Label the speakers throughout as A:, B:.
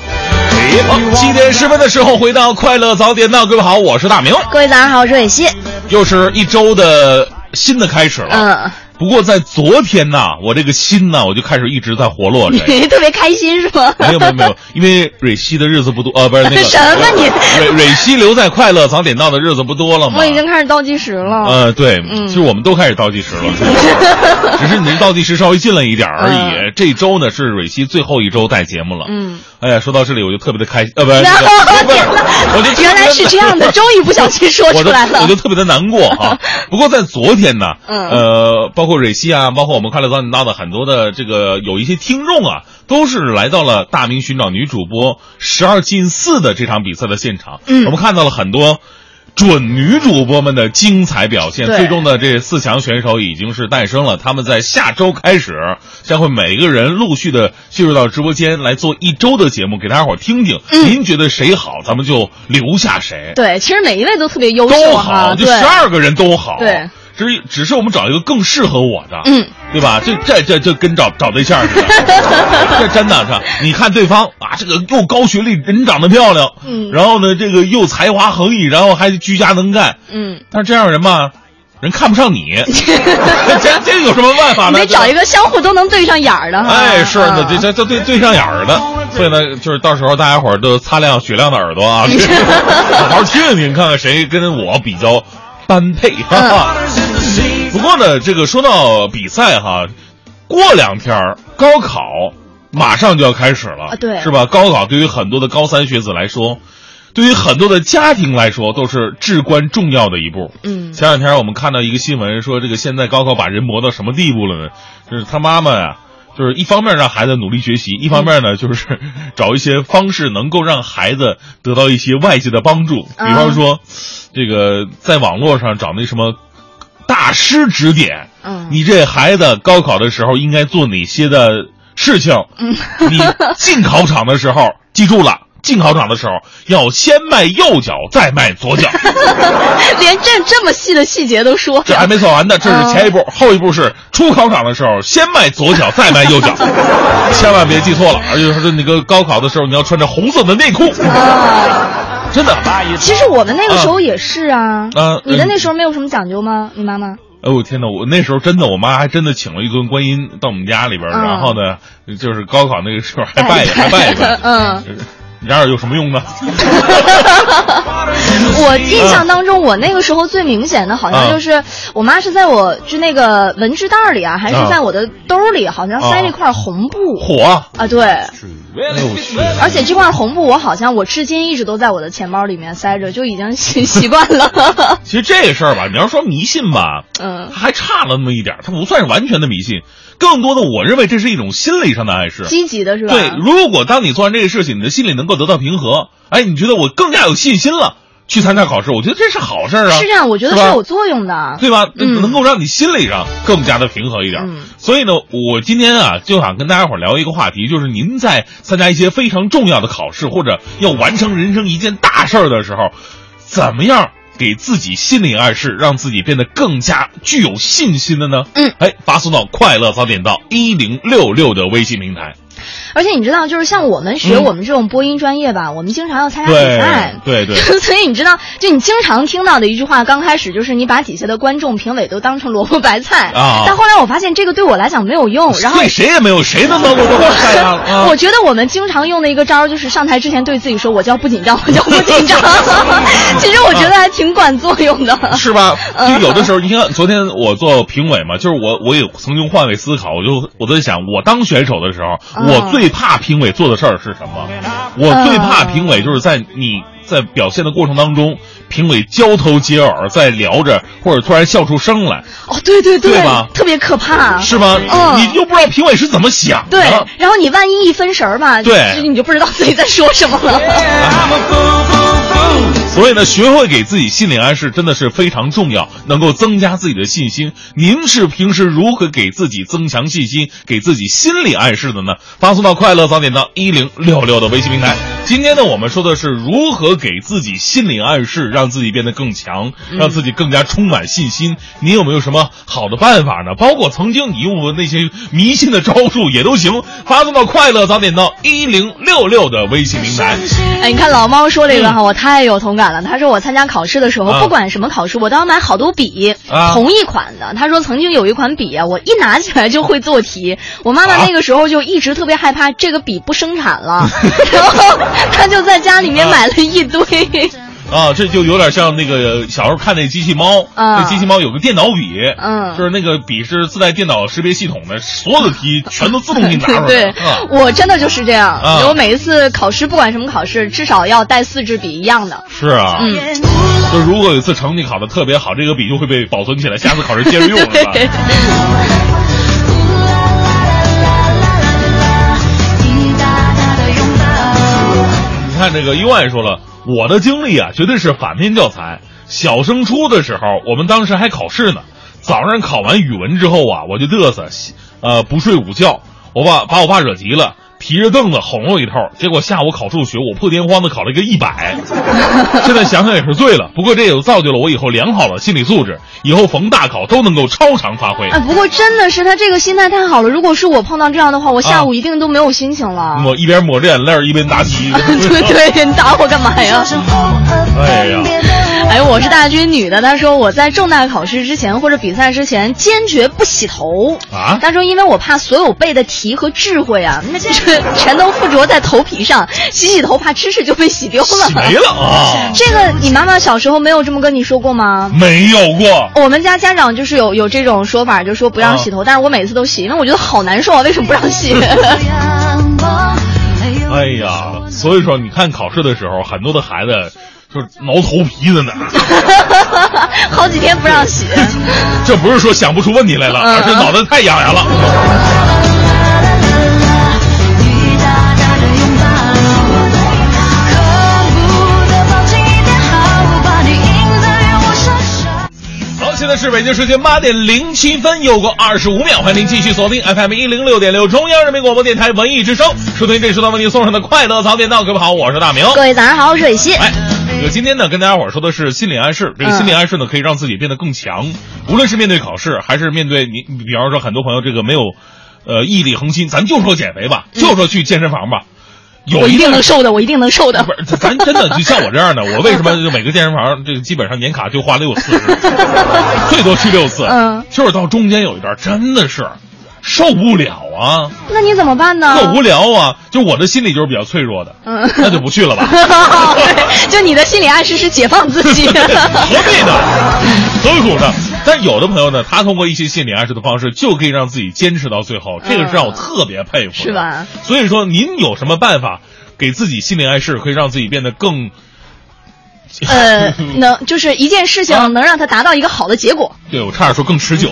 A: 起。七点十分的时候，回到快乐早点到，各位好，我是大明。
B: 各位早上好，我是伟西。
A: 又是一周的新的开始了。
B: 嗯，
A: 不过在昨天呢，我这个心呢，我就开始一直在活络 着。
B: 你特别开心是吗？
A: 没有没有没有，因为蕊希的日子不多，呃，不是 那个 嗯
B: 什么你
A: 蕊蕊希留在快乐早点到的日子不多了吗？
B: 我已经开始倒计时了。
A: 呃，对，
B: 嗯
A: 其实我们都开始倒计时了， 只是你这倒计时稍微近了一点儿而已。这周呢是蕊希最后一周带节目了。
B: 嗯，哦
A: 哎呀，说到这里我就特别的开心，呃，不 是，
B: 然
A: 那
B: 后哦
A: 个不是，我就特别
B: 原来是这 样的，终于不小心说
A: 我
B: 出
A: 都
B: 来
A: 我
B: 了
A: 就。特别的难过 哈。不过在昨天呢，
B: 嗯
A: 呃，包括蕊希啊，包括我们快乐早点到的很多的这个有一些听众啊，都是来到了大明寻找女主播十二进四的这场比赛的现场。
B: 嗯
A: 我们看到了很多。准女主播们的精彩表现，
B: 对
A: 最终呢，这四强选手已经是诞生了。他们在下周开始，将会每个人陆续的进入到直播间来做一周的节目，给大家伙儿听听。
B: 嗯
A: 您觉得谁好，咱们就留下谁。
B: 对，其实每一位都特别优秀
A: 都
B: 哈。
A: 好，就
B: 对，
A: 十二个人都好。
B: 对，
A: 只只是我们找一个更适合我的，
B: 嗯，
A: 对吧？这这这这跟找找对象似 的，这真的是。你看对方啊，这个又高学历，人长得漂亮，
B: 嗯
A: 然后呢，这个又才华横溢，然后还居家能干，
B: 嗯，
A: 但是这样人吧，人看不上你， 这这有什么办法
B: 你
A: 呢？
B: 得找一
A: 个。
B: 个相互都能对上眼儿的哈。
A: 哎，是的，
B: 啊
A: 这这这对对上眼儿的，所以呢，就是到时候大家伙儿都擦亮雪亮的耳朵啊，好 好听听，看看谁跟我比较般配。哈哈。
B: 嗯
A: 不过呢，这个说到比赛哈，过两天儿高考马上就要开始了，
B: 啊对
A: 是吧？高考对于很多的高三学子来说，对于很多的家庭来说，都是至关重要的一步。
B: 嗯
A: 前两天我们看到一个新闻，说这个现在高考把人磨到什么地步了呢？就是他妈妈呀、就是一方面让孩子努力学习，一方面呢，就是找一些方式能够让孩子得到一些外界的帮助，比
B: 啊
A: 方说，这个在网络上找那什么大师指点，
B: 嗯，
A: 你这孩子高考的时候应该做哪些的事情？你进考场的时候，记住了，进考场的时候要先迈右脚，再迈左脚。
B: 连这这么细的细节都说
A: 这还没算完呢，这是前一
B: 嗯
A: 步，后一步是出考场的时候，先迈左脚，再迈右脚， 千万别记错了。而且说那个高考的时候，你要穿着红色的内裤，
B: 啊。
A: 真的。
B: 其实我们那个时候也是啊。
A: 啊
B: 你的
A: 嗯
B: 那时候没有什么讲究吗？你妈妈？
A: 哎呦天哪！我那时候真的，我妈还真的请了一尊观音到我们家里边儿，
B: 嗯哎
A: 然后呢，就是高考那个时候还拜一还拜一拜。
B: 嗯。
A: 然而有什么用呢？
B: 我印
A: 嗯
B: 象当中，我那个时候最明显的好像
A: 啊
B: 就是，我妈是在我就那个文具袋里啊，还是
A: 啊
B: 在我的兜里，好像
A: 嗯
B: 塞了一块红布
A: 火。
B: 啊，对。
A: 哎呦我去！
B: 而且这块红布，我好像我至今一直都在我的钱包里面塞着，就已经 习习惯了。
A: 其实这事儿吧，你要说迷信吧，
B: 嗯，
A: 还差了那么一点儿，它不算是完全的迷信，更多的我认为这是一种心理上的暗示。
B: 积极的是吧？啊
A: 对，如果当你做完这个事情，你的心里能够得到平和，哎，你觉得我更加有信心了，去参加考试，我觉得这是好事儿啊。
B: 是这样，我觉得
A: 是
B: 是
A: 吧
B: 有作用的。
A: 对吧？
B: 嗯
A: 能够让你心理上更加的平和一点。
B: 嗯
A: 所以呢，我今天啊就想跟大家伙儿聊一个话题，就是您在参加一些非常重要的考试或者要完成人生一件大事儿的时候，怎么样？给自己心理暗示，让自己变得更加具有信心的呢？
B: 嗯，
A: 哎，发送到快乐早点到一零六六的微信平台。
B: 而且你知道，就是像我们学
A: 嗯
B: 我们这种播音专业吧，我们经常要参加比
A: 对
B: 赛。
A: 对对，
B: 所以你知道，就你经常听到的一句话，刚开始就是你把底下的观众、评委都当成萝卜白菜。
A: 啊
B: 但后来我发现这个对我来讲没有用， 然后
A: 对谁也没有谁能当过多大太阳啊！
B: 我觉得我们经常用的一个招儿就是上台之前对自己说：“我叫不紧张，我叫不 紧张。”其实我觉得还挺管作用的。
A: 啊 是吧？
B: 嗯
A: 就有的时候，你看，昨天我做评委嘛，就是我我也曾经换位思考，我就我在想，我当选手的时候，
B: 嗯
A: 我最怕评委做的事儿是什么？我最怕评委就是在你在表现的过程当中，评委交头接耳，在聊着或者突然笑出声来，
B: 哦，对对
A: 对吧
B: 特别可怕。
A: 是吗？
B: 嗯
A: 你又不知道评委是怎么想
B: 对
A: 的。，
B: 然后你万一一分神儿吧，
A: 对
B: 就你就不知道自己在说什么 了。
A: 所以呢，学会给自己心理暗示真的是非常重要，能够增加自己的信心。您是平时如何给自己增强信心、给自己心理暗示的呢？发送到快乐早点到一零六六的微信平台。今天呢，我们说的是如何给自己心理暗示，让自己变得更强，让自己更加充满信心。你有没有什么好的办法呢？包括曾经你用过那些迷信的招数也都行，发送到快乐早点到一零六六的微信平台。
B: 哎，你看老猫说这个哈，我太有同感了。他说我参加考试的时候，
A: 嗯啊
B: 不管什么考试，我都要买好多笔，
A: 啊
B: 同一款的。他说曾经有一款笔啊，我一拿起来就会做题。我妈妈
A: 啊
B: 那个时候就一直特别害怕这个笔不生产了， 然后她就在家里面买了一堆。
A: 啊，这就有点像那个小时候看那机器猫，
B: 啊
A: 那机器猫有个电脑笔，
B: 嗯
A: 就是那个笔是自带电脑识别系统的，所有的题全都自动给 你拿出来了。
B: 对
A: 啊，
B: 我真的就是这样。
A: 啊
B: 我每一次考试，不管什么考试，至少要带四支笔一样的。
A: 是啊，
B: 嗯
A: 就如果有一次成绩考得特别好，这个笔就会被保存起来，下次考试接 着用，是吧？
B: 对。
A: 你看这个 U I 说了，我的经历啊，绝对是反面教材。小升初的时候，我们当时还考试呢，早上考完语文之后啊，我就嘚瑟，呃，不睡午觉，我爸把我爸惹急了。提着凳子哄了我一通，结果下午考数学，我破天荒的考了一个一 百，现在想想也是醉了。不过这也就造就了我以后良好的心理素质，以后逢大考都能够超常发挥。
B: 哎，不过真的是他这个心态太好了。如果是我碰到这样的
A: 啊
B: 话，我下午一定都没有心情了。，
A: 抹一边抹着眼泪儿一边答题
B: 对对，你打我干嘛 呀？
A: 哎 呀，
B: 哎，我是大军女的。她说我在重大考试之前或者比赛之前，坚决不洗头。
A: 啊
B: 她说因为我怕所有背的题和智慧啊，那就是全都附着在头皮上，洗洗头怕知识就被洗丢了。
A: 洗没了啊，
B: 这个你妈妈小时候没有这么跟你说过吗？
A: 没有过。
B: 我们家家长就是有有这种说法，就说不让
A: 啊
B: 洗头，但是我每次都洗，因为我觉得好难受啊，为什么不让洗？
A: 哎呀，所以说你看考试的时候，很多的孩子就是挠头皮 的呢。
B: 好几天不让 洗。
A: 这不是说想不出问题来了，
B: 嗯
A: 而是脑袋太痒痒了。好，现在是北京时间八点零七分，又过二十五秒，欢迎您继续锁定 FM 一零六点六中央人民广播电台文艺之声，收听这时段为您送上的快乐早点到。各位好，我是大明。
B: 各位早上好，我是蕊希。
A: 哎，这个今天呢，跟大家伙儿说的是心理暗示。这个
B: 嗯
A: 心理暗示呢，可以让自己变得更强，无论是面对考试，还是面对你，比方说很多朋友这个没有，呃，毅力恒心，咱就说减肥吧，就说去健身房吧，有
B: 我一
A: 一
B: 定能瘦的，我一定能瘦的
A: 不。是，咱真的就像我这样的，我为什么就每个健身房这个基本上年卡就花六次，最多去六次，
B: 嗯
A: 就是到中间有一段真的是受不了啊，
B: 那你怎么办呢？
A: 特无聊啊，就我的心理就是比较脆弱的，
B: 嗯
A: 那就不去了吧。
B: 对，就你的心理暗示是解放自己。
A: 何必呢？ 何苦呢？但有的朋友呢，他通过一些心理暗示的方式，就可以让自己坚持到最后，这个是让我特别佩服的，
B: 嗯是吧？
A: 所以说，您有什么办法给自己心理暗示，可以让自己变得更
B: 呃，能就是一件事
A: 啊
B: 情能让它达到一个好的结果。
A: 对我差点说更持 久，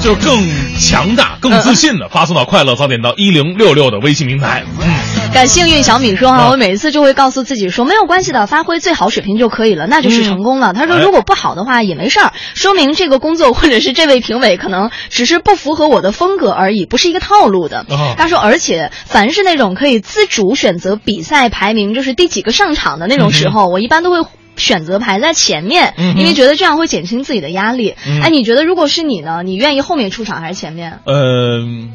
A: 就是更强大、更自信的，发送到快乐早点到一零六六的微信平台。嗯
B: 感幸运小米说哈、
A: 啊
B: 我每一次就会告诉自己说没有关系的，发挥最好水平就可以了，那就是成功了。他说
A: 哎
B: 如果不好的话也没事儿，说明这个工作或者是这位评委可能只是不符合我的风格而已，不是一个套路的。
A: 哦
B: 他说而且凡是那种可以自主选择比赛排名，就是第几个上场的那种时候，我一般都会。选择排在前面，
A: 嗯嗯哼
B: 因为觉得这样会减轻自己的压力。
A: 嗯
B: 哎，你觉得如果是你呢？你愿意后面出场还是前面？
A: 嗯、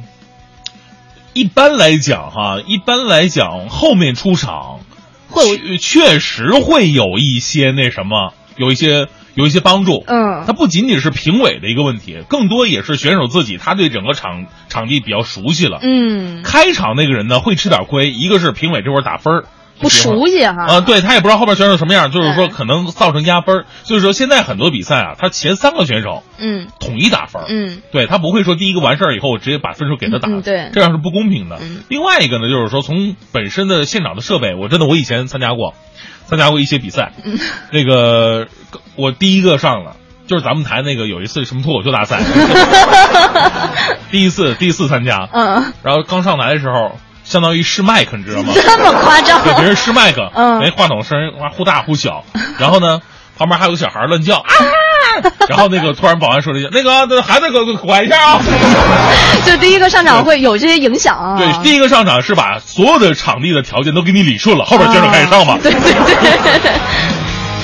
A: 一般来讲哈，一般来讲后面出场
B: 会有
A: 确确实会有一些那什么，有一些有一些帮助。
B: 嗯
A: 它不仅仅是评委的一个问题，更多也是选手自己，他对整个场场地比较熟悉了。
B: 嗯，
A: 开场那个人呢会吃点亏，一个是评委这会儿打分儿
B: 不熟悉哈。
A: 啊，对他也不知道后边选手什么样，就是说
B: 嗯
A: 可能造成压分儿。所以说现在很多比赛啊，他前三个选手
B: 嗯
A: 统一打分儿，
B: 嗯。
A: 对他不会说第一个完事儿以后我直接把分数给他打，
B: 嗯嗯对
A: 这样是不公平的
B: 嗯。
A: 另外一个呢，就是说从本身的现场的设备，我真的我以前参加过，参加过一些比赛，
B: 嗯
A: 那个我第一个上了。就是咱们台那个有一次什么脱口秀大 赛，第一次第一次参加，
B: 嗯，
A: 然后刚上台的时候，相当于试麦克，你知道吗？
B: 这么夸 张？
A: 给别人试麦克，哎
B: 嗯
A: 那话筒声哇忽大忽小，然后呢，旁边还有个小孩乱叫啊，然后那个突然保安说了一句：“那个那孩子给我拐一下啊！”
B: 就第一个上场会有这些影响啊。
A: 对，第一个上场是把所有的场地的条件都给你理顺了，后边接着开始上吧。
B: 嗯对对 对。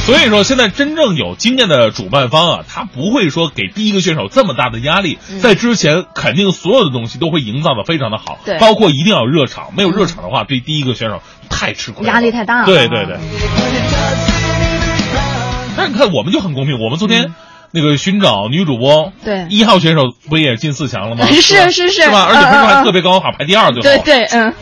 A: 所以说，现在真正有经验的主办方啊，他不会说给第一个选手这么大的压力，
B: 嗯
A: 在之前肯定所有的东西都会营造的非常的好，
B: 对嗯
A: 包括一定要有热场，没有热场的话，对第一个选手太吃亏了，
B: 压力太大了嗯
A: 对对对。但你看，我们就很公平，我们昨天。那个寻找女主播，
B: 嗯对
A: 一号选手不也进四强了吗？
B: 是
A: 吧
B: 是是
A: 是吧？而且分数
B: 嗯嗯
A: 还
B: 嗯
A: 特别高，好像排第二最后。嗯
B: 对对，嗯。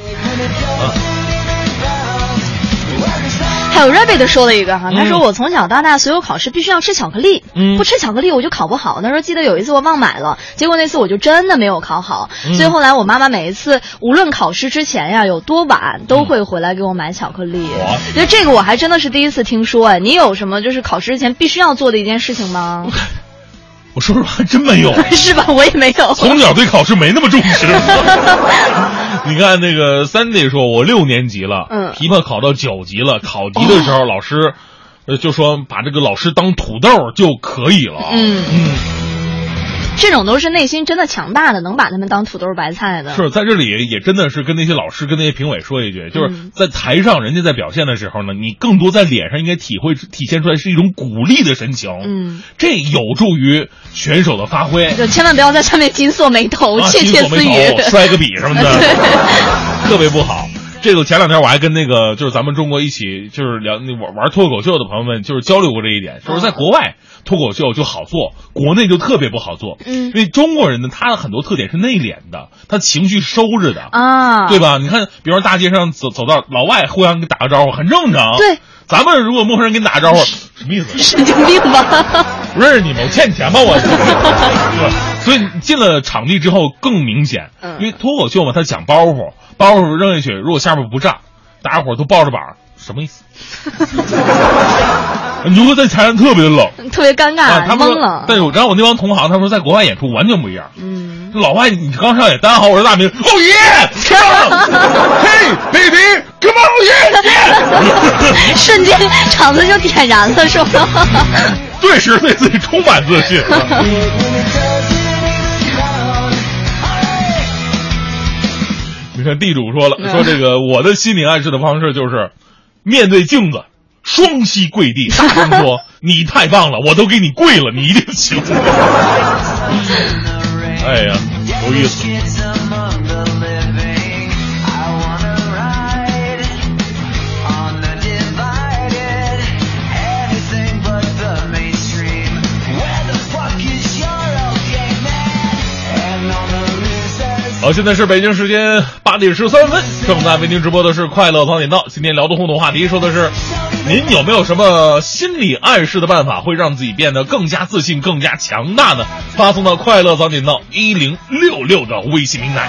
B: 还有 Rabbit 说了一个哈，他说
A: 嗯
B: 我从小到大所有考试必须要吃巧克力，
A: 嗯
B: 不吃巧克力我就考不好。他说记得有一次我忘买了，结果那次我就真的没有考好。
A: 嗯
B: 所以后来我妈妈每一次无论考试之前呀有多晚，都会回来给我买巧克力
A: 嗯哇。
B: 那、这个我还真的是第一次听说哎，你有什么就是考试之前必须要做的一件事情吗？
A: 我说实话，还真没有。
B: 是吧？我也没有。
A: 从小对考试没那么重 视。 你看那个三弟说，我六年级了，
B: 嗯哦
A: 琵琶考到九级了。考级的时候，老师呃就说把这个老师当土豆就可以了。
B: 嗯
A: 嗯，
B: 这种都是内心真的强大的，能把他们当土豆白菜的。
A: 是在这里也真的是跟那些老师、跟那些评委说一句，就是
B: 嗯
A: 在台上人家在表现的时候呢，你更多在脸上应该体会体现出来是一种鼓励的神情。
B: 嗯，
A: 这有助于选手的发挥。
B: 就千万不要在上面紧锁眉头，
A: 啊，
B: 窃
A: 紧
B: 窃
A: 锁
B: 私
A: 眉
B: 语。
A: 头，摔个笔什 么的
B: 对，
A: 特别不好。这个前两天我还跟那个就是咱们中国一起就是聊那玩玩脱口秀的朋友们就是交流过这一点，就是在国外脱口秀就好做，国内就特别不好做。
B: 嗯
A: 因为中国人呢，他的很多特点是内敛的，他情绪收着的，
B: 啊，
A: 对吧？你看，比如说大街上走走到老外互相给打个招呼，很正常。
B: 对，嗯
A: 咱们如果陌生人给你打个招呼，什么意思？
B: 神经病吧？
A: 不认识你吗？我欠你钱吗？我。 对，所以你进了场地之后更明显，
B: 嗯
A: 因为脱口秀嘛，他讲包袱，包袱扔下去，如果下面不炸，大家伙都抱着膀，什么意 思？你就会在台上特别冷
B: 特别尴尬，
A: 啊！他们
B: 懵
A: 说
B: 了。
A: 但是我然后我那帮同行，他们说在国外演出完全不一样。
B: 嗯，
A: 老外，你刚上演，大家好，我是大明。哦耶！Hey baby，come on 哦耶耶！
B: 瞬间场子就点燃了，是吗？
A: 顿时对自己充满自信。你看地主说了，
B: 嗯
A: 说这个我的心理暗示的方式就是，面对镜子，双膝跪地，大声说：“你太棒了，我都给你跪了，你一定行。”哎呀，有意思。好，现在是北京时间八点十三分，正在为您直播的是快乐早点到。今天聊的互动话题说的是，您有没有什么心理暗示的办法，会让自己变得更加自信、更加强大呢？发送到快乐早点到一零六六的微信平台。